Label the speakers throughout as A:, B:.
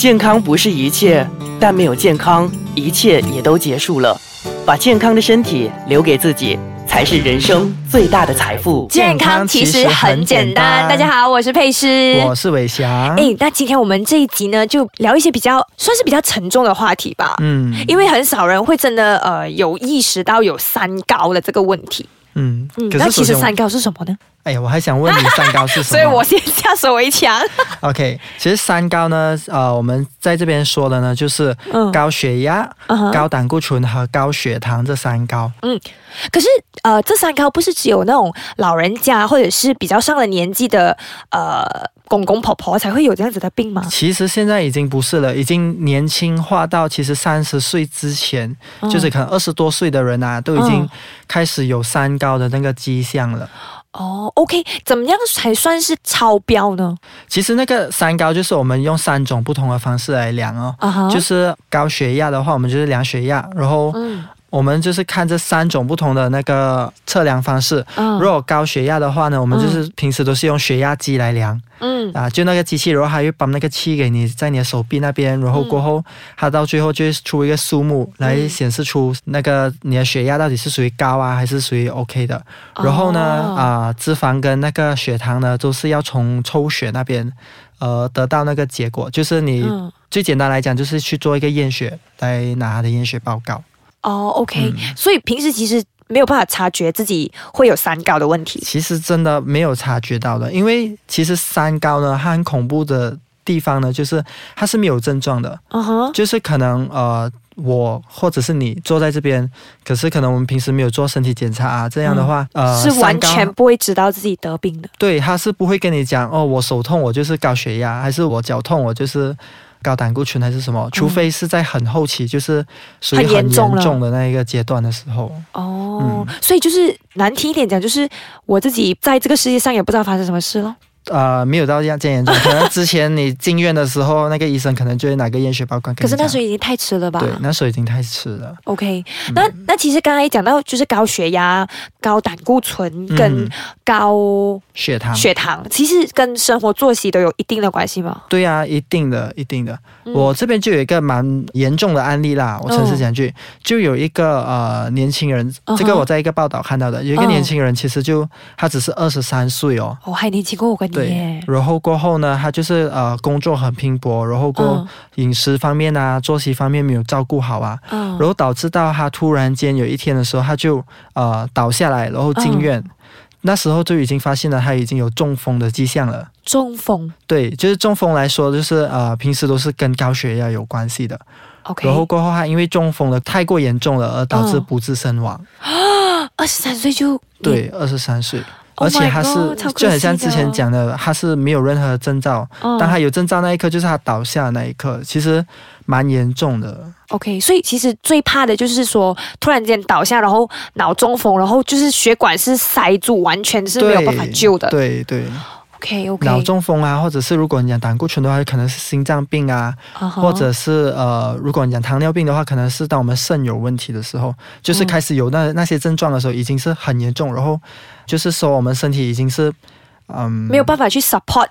A: 健康不是一切，但没有健康，一切也都结束了。把健康的身体留给自己，才是人生最大的财富。
B: 健康其实很简单。大家好，我是佩诗，
C: 我哦是伟翔。
B: 哎，那今天我们这一集呢，就聊一些比较算是比较沉重的话题吧。
C: 嗯
B: 因为很少人会真的呃有意识到有三高的这个问题。
C: 嗯
B: 嗯，，
C: 可
B: 那
C: 是
B: 其
C: 首
B: 实
C: 先我，
B: 三高是什么呢？
C: 哎呀，我还想问你三高是什 么？
B: 所以我先下手为 强。
C: OK，其实三高呢，呃，我们在这边说的呢，就是
B: 嗯
C: 高血压、
B: 嗯哼嗯
C: 高胆固醇和高血糖这三高。
B: 可是呃，这三高不是只有那种老人家或者是比较上了年纪的呃公公婆婆才会有这样子的病吗？
C: 其实现在已经不是了，已经年轻化到其实三十岁之前，就是可能二十多岁的人啊，都已经
B: 嗯
C: 开始有三高的那个迹象了。
B: 哦，OK，怎么样才算是超标呢？
C: 其实那个三高就是我们用三种不同的方式来量哦。
B: 啊哈，
C: 就是高血压的话，我们就是量血压，然后
B: 嗯
C: 我们就是看这三种不同的那个测量方式。
B: 嗯
C: 如果高血压的话呢，我们就是平时都是用血压机来量、
B: 嗯
C: 啊，就那个机器，然后它会把那个气给你在你的手臂那边，然后过
B: 嗯
C: 后它到最后就会出一个数目来显示出那个你的血压到底是属于高啊还是属于 OK 的。然后呢，
B: 哦
C: 啊、脂肪跟那个血糖呢都是要从抽血那边。呃，得到那个结果就是你
B: 嗯
C: 最简单来讲，就是去做一个验血，来拿他的验血报告。
B: 哦，OK，所以
C: 嗯
B: 平时其实没有办法察觉自己会有三高的问题。
C: 其实真的没有察觉到的，因为其实三高呢，它很恐怖的地方呢，就是它是没有症状的，
B: 嗯哼，
C: 就是可能呃。我或者是你坐在这边，可是可能我们平时没有做身体检查啊，这样的话，呃，
B: 嗯是完
C: 三
B: 全
C: 高
B: 不会知道自己得病的。
C: 对，他是不会跟你讲哦，我手痛我就是高血压，还是我脚痛我就是高胆固醇还是什么，除非是在很后期，就是属于
B: 哦很
C: 很
B: 严
C: 严
B: 重了
C: 重的那一个阶段的时候，嗯
B: 哦，所以就是难听一点讲，就是我自己在这个世界上也不知道发生什么事咯。
C: 呃，没有到这样这样严重，可能之前你进院的时候，那个医生可能就会拿个验血报告给
B: 可
C: 你
B: 是
C: 讲。
B: 那时候已经太迟了吧
C: 对，嗯那时候已经太迟了。
B: ？OK，那、那其实刚才讲到就是高血压、高胆固醇跟
C: 嗯
B: 高
C: 血糖，
B: 血糖，其实跟生活作息都有一定的关系吗？
C: 对啊，一定的，一定的。
B: 嗯
C: 我这边就有一个蛮严重的案例啦，我诚实讲句，就有一个呃年轻人
B: 嗯哼，
C: 这个我在一个报道看到的，有一个
B: 嗯
C: 年轻人其实就他只是二十三岁哦。
B: 我、还年轻过我跟你
C: 对
B: 嗯耶，。
C: 然后过后呢，他就是呃工作很拼搏，然后过后
B: 嗯
C: 饮食方面啊、作息方面没有照顾好啊，
B: 嗯
C: 然后导致到他突然间有一天的时候，他就呃倒下来，然后进院。
B: 嗯
C: 那时候就已经发现了，他已经有中风的迹象了。
B: 中风
C: 对，就是中风来说，就是呃，平时都是跟高血压有关系的。
B: ，OK，哦
C: 然后过后，他因为中风的太过严重了，而导致
B: 嗯
C: 不治身亡。
B: 二十三岁就
C: 对，二十三岁，
B: Oh
C: 而
B: my
C: 且他是
B: God，超可惜的
C: 就很像之前讲的，他是没有任何征兆。
B: 嗯
C: 当他有征兆那一刻，就是他倒下的那一刻，其实蛮严重的。
B: OK，所以其实最怕的就是说突然间倒下，然后脑中风，然后就是血管是塞住，完全是没有办法救的。
C: 对对，对
B: OK OK，
C: 脑中风啊，或者是如果你讲胆固醇的话，可能是心脏病啊，
B: 嗯哦
C: 或者是呃，如果你讲糖尿病的话，可能是当我们肾有问题的时候，就是
B: 嗯
C: 开始有那那些症状的时候，已经是很严重，然后就是说我们身体已经是嗯
B: 没有办法去 support。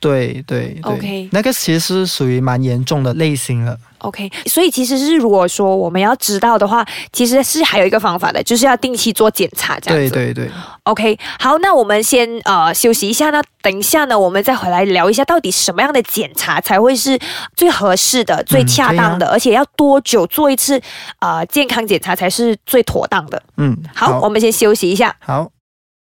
C: 对对对
B: OK
C: 那个其实是属于蛮严重的类型了。
B: OK，所以其实是如果说我们要知道的话，其实是还有一个方法的，就是要定期做检查，这样
C: 对
B: 子。
C: 对对，
B: OK，好，那我们先呃休息一下，那等一下呢，我们再回来聊一下到底什么样的检查才会是最合适的、最恰当的，而且要多久做一次呃健康检查才是最妥当的。
C: 嗯，
B: 好，我们先休息一下。
C: 好，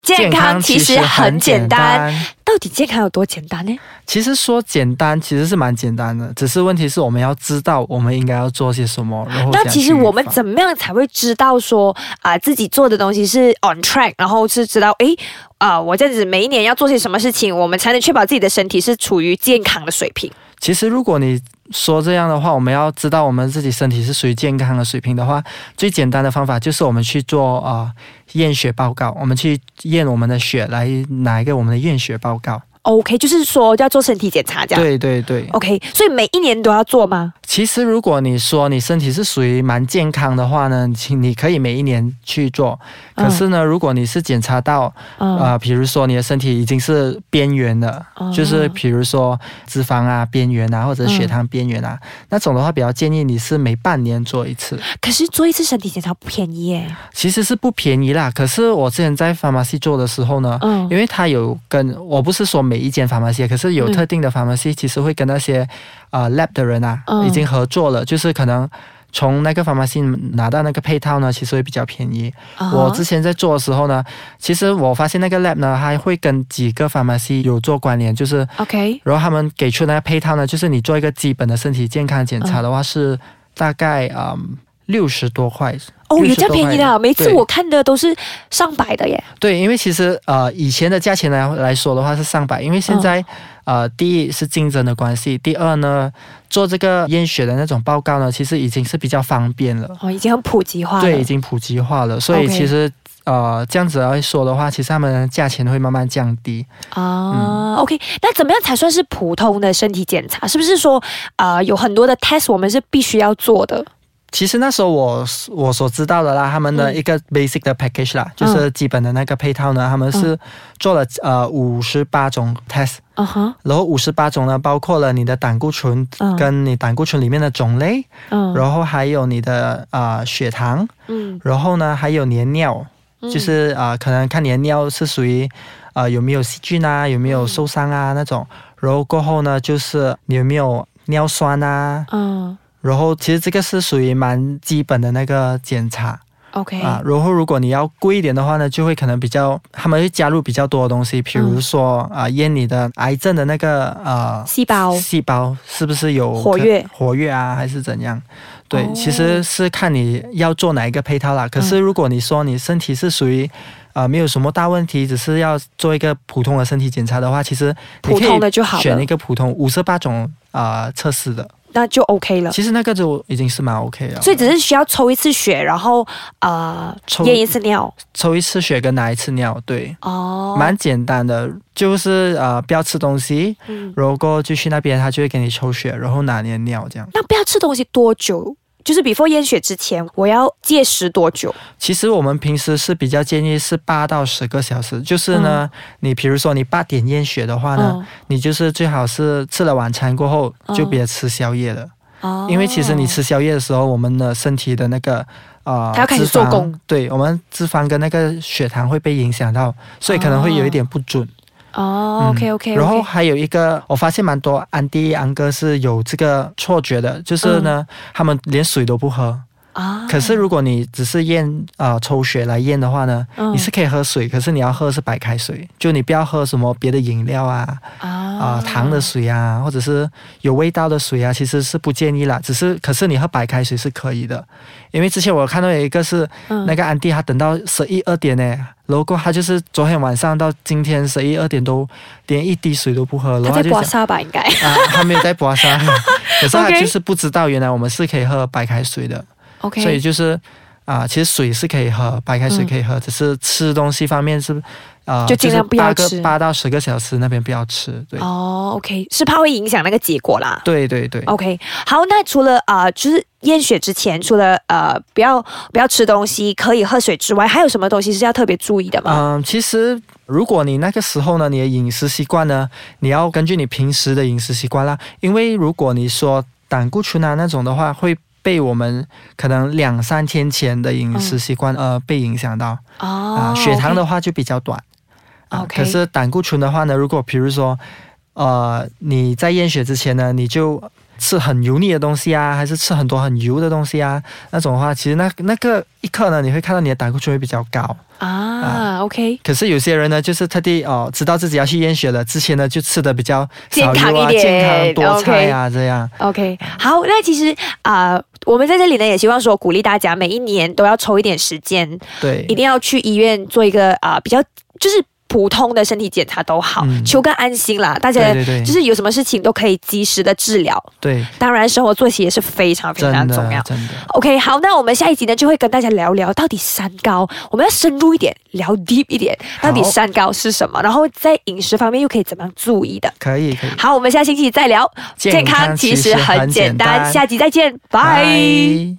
B: 健康其实很简单，。到底健康有多简单呢？
C: 其实说简单，其实是蛮简单的，只是问题是我们要知道我们应该要做些什么，然后
B: 那
C: 怎样
B: 其实
C: 去预
B: 我们
C: 防
B: 怎么样才会知道说啊、自己做的东西是 on track，然后是知道诶啊、我这样子每一年要做些什么事情，我们才能确保自己的身体是处于健康的水平。
C: 其实，如果你说这样的话，我们要知道我们自己身体是属于健康的水平的话，最简单的方法就是我们去做啊、呃验血报告，我们去验我们的血来拿一个我们的验血报告。
B: OK，就是说要做身体检查这样。
C: 对对对，
B: OK，所以每一年都要做吗？
C: 其实如果你说你身体是属于蛮健康的话呢，其你可以每一年去做。可是呢，如果你是检查到
B: 啊
C: 呃，比如说你的身体已经是边缘的，就是比如说脂肪啊边缘啊，或者血糖边缘啊，那种的话比较建议你是每半年做一次。
B: 可是做一次身体检查不便宜耶。
C: 其实是不便宜啦，可是我之前在 pharmacy 做的时候呢，
B: 嗯
C: 啊因为它有跟我不是说每一间 pharmacy，可是有
B: 嗯
C: 特定的 pharmacy 其实会跟那些呃 lab 的人啊、
B: 嗯
C: 已经合作了，就是可能。从那个 pharmacy 拿到那个配套呢，其实会比较便宜。
B: 啊
C: 我之前在做的时候呢，其实我发现那个 lab 呢，还会跟几个 pharmacy 有做关联，就是，
B: OK
C: 然后他们给出那个配套呢，就是你做一个基本的身体健康检查的话，是大概嗯六十多块
B: 哦，有
C: 60
B: 这样便宜的啊，
C: 多块
B: 每次
C: 对
B: 我看的都是上百的耶。
C: 对，因为其实呃以前的价钱来来说的话是上百，因为现在、呃第一是竞争的关系，第二呢做这个验血的那种报告呢，其实已经是比较方便了，
B: 哦，已经很普及化了。
C: 对，已经普及化了，所以
B: OK
C: 其实。呃，这样子来说的话，其实他们的价钱会慢慢降低。嗯
B: 啊、o k 那怎么样才算是普通的身体检查？是不是说，呃，有很多的 test 我们是必须要做的？
C: 其实那时候我我所知道的啦，他们的
B: 嗯
C: 一个 basic 的 package 啦，就是基本的那个配套呢，他们
B: 嗯
C: 是做了呃五十八种 test，
B: 啊哈，
C: 然后五十八种呢包括了你的胆固醇
B: 嗯
C: 跟你胆固醇里面的种类，
B: 嗯
C: 然后还有你的啊、呃血糖，
B: 嗯，
C: 然后呢还有你的尿，就是啊、呃可能看你的尿是属于啊、呃有没有细菌啊，有没
B: 嗯
C: 有受伤啊那种，然后过后呢就是你有没有尿酸啊，
B: 嗯
C: 然后其实这个是属于蛮基本的那个检查
B: ，OK，
C: 啊，然后如果你要贵一点的话呢，就会可能比较他们会加入比较多的东西，比如说啊、验你的癌症的那个呃
B: 嗯细胞
C: 细胞是不是有
B: 活
C: 可
B: 跃
C: 活跃啊，还是怎样？对，
B: 哦嗯
C: 其实是看你要做哪一个配套啦。可是如果你说你身体是属于啊、呃没有什么大问题，只是要做一个普通的身体检查的话，其实你
B: 普
C: 可
B: 通
C: 以
B: 的就好
C: 选
B: 了
C: 一，个普通五十八种啊、呃测试的，
B: 那就 OK 了。
C: 其实那个就已经是蛮 OK 了。
B: 所以只是需要抽一次血，然后呃
C: 抽
B: 验一次尿
C: 抽一次血跟拿一次尿，对，
B: 哦，
C: 蛮简单的，就是呃不要吃东西，
B: 嗯，
C: 然后过后就去那边他就会给你抽血，然后拿你的尿这样。
B: 那不要吃东西多久？就是 before 验血之前，我要戒食多久？
C: 其实我们平时是比较建议是八到十个小时，就是呢，你比如说你八点验血的话呢，
B: 嗯，
C: 你就是最好是吃了晚餐过后
B: 嗯
C: 就别吃宵夜了，
B: 哦
C: 因为其实你吃宵夜的时候，我们的身体的那个啊，呃、
B: 它要开始
C: 脂肪
B: 做工，
C: 对我们脂肪跟那个血糖会被影响到，所以可能会有一点不准。
B: 哦，OK OK，
C: 嗯然后还有一个，我发现蛮多安迪安哥是有这个错觉的，就是呢，
B: 嗯
C: 他们连水都不喝。
B: 啊，
C: 可是如果你只是验啊、呃抽血来验的话呢，
B: 嗯
C: 你是可以喝水，可是你要喝的是白开水，就你不要喝什么别的饮料啊、啊、
B: 啊
C: 糖的水啊，或者是有味道的水啊，其实是不建议啦。只是可是你喝白开水是可以的，因为之前我看到有一个是、
B: 嗯
C: 那个安迪，他等到十一二点呢，然后过后他就是昨天晚上到今天十一二点都连一滴水都不喝，然
B: 他
C: 后他
B: 在
C: 就
B: 刮
C: 讲
B: 痧吧，应该。
C: 啊，他没有在刮痧，可是他
B: OK
C: 就是不知道原来我们是可以喝白开水的。
B: OK，
C: 所以就是啊、其实水是可以喝，白开水
B: 嗯
C: 可以喝，只是吃东西方面是啊，呃
B: 就尽量
C: 是
B: 不要
C: 八个
B: 吃
C: 八到十个小时那边不要吃，对，
B: 哦，OK，是怕会影响那个结果啦。
C: 对对对。
B: OK，好，那除了啊、呃就是验血之前，除了呃不要不要吃东西，可以喝水之外，还有什么东西是要特别注意的吗？
C: 嗯，其实如果你那个时候呢，你的饮食习惯呢，你要根据你平时的饮食习惯啦。因为如果你说胆固醇啊那种的话，会被我们可能两三天前的饮食习惯、呃被影响到
B: 嗯哦
C: 啊、血糖的话就比较短啊。
B: OK
C: 可是胆固醇的话呢，如果比如说呃你在验血之前呢，你就吃很油腻的东西啊，还是吃很多很油的东西啊，那种的话，其实那那个一刻呢，你会看到你的胆固醇会比较高。
B: 啊 o k
C: 可是有些人呢，就是特地哦，知道自己要去验血了，之前呢就吃的比较
B: 健
C: 少
B: 康
C: 油啊、
B: 一点
C: 健康多菜啊这样。
B: OK，好，那其实啊、呃我们在这里呢，也希望说鼓励大家每一年都要抽一点时间，
C: 对
B: 一定要去医院做一个啊、呃比较就是。普通的身体检查都好，
C: 嗯
B: 求个安心啦。大家
C: 对对对
B: 就是有什么事情都可以及时的治疗，
C: 对，
B: 当然生活作息也是非常非
C: 真
B: 常
C: 的
B: 重要。
C: 真的。
B: OK，好，那我们下一集呢就会跟大家聊聊到底三高，我们要深入一点，聊 deep 一点，
C: 好
B: 到底三高是什么，然后在饮食方面又可以怎么样注意的。
C: 可以可以，
B: 好，我们下星期再聊。
C: 健康其实很简单
B: 下集再见，拜。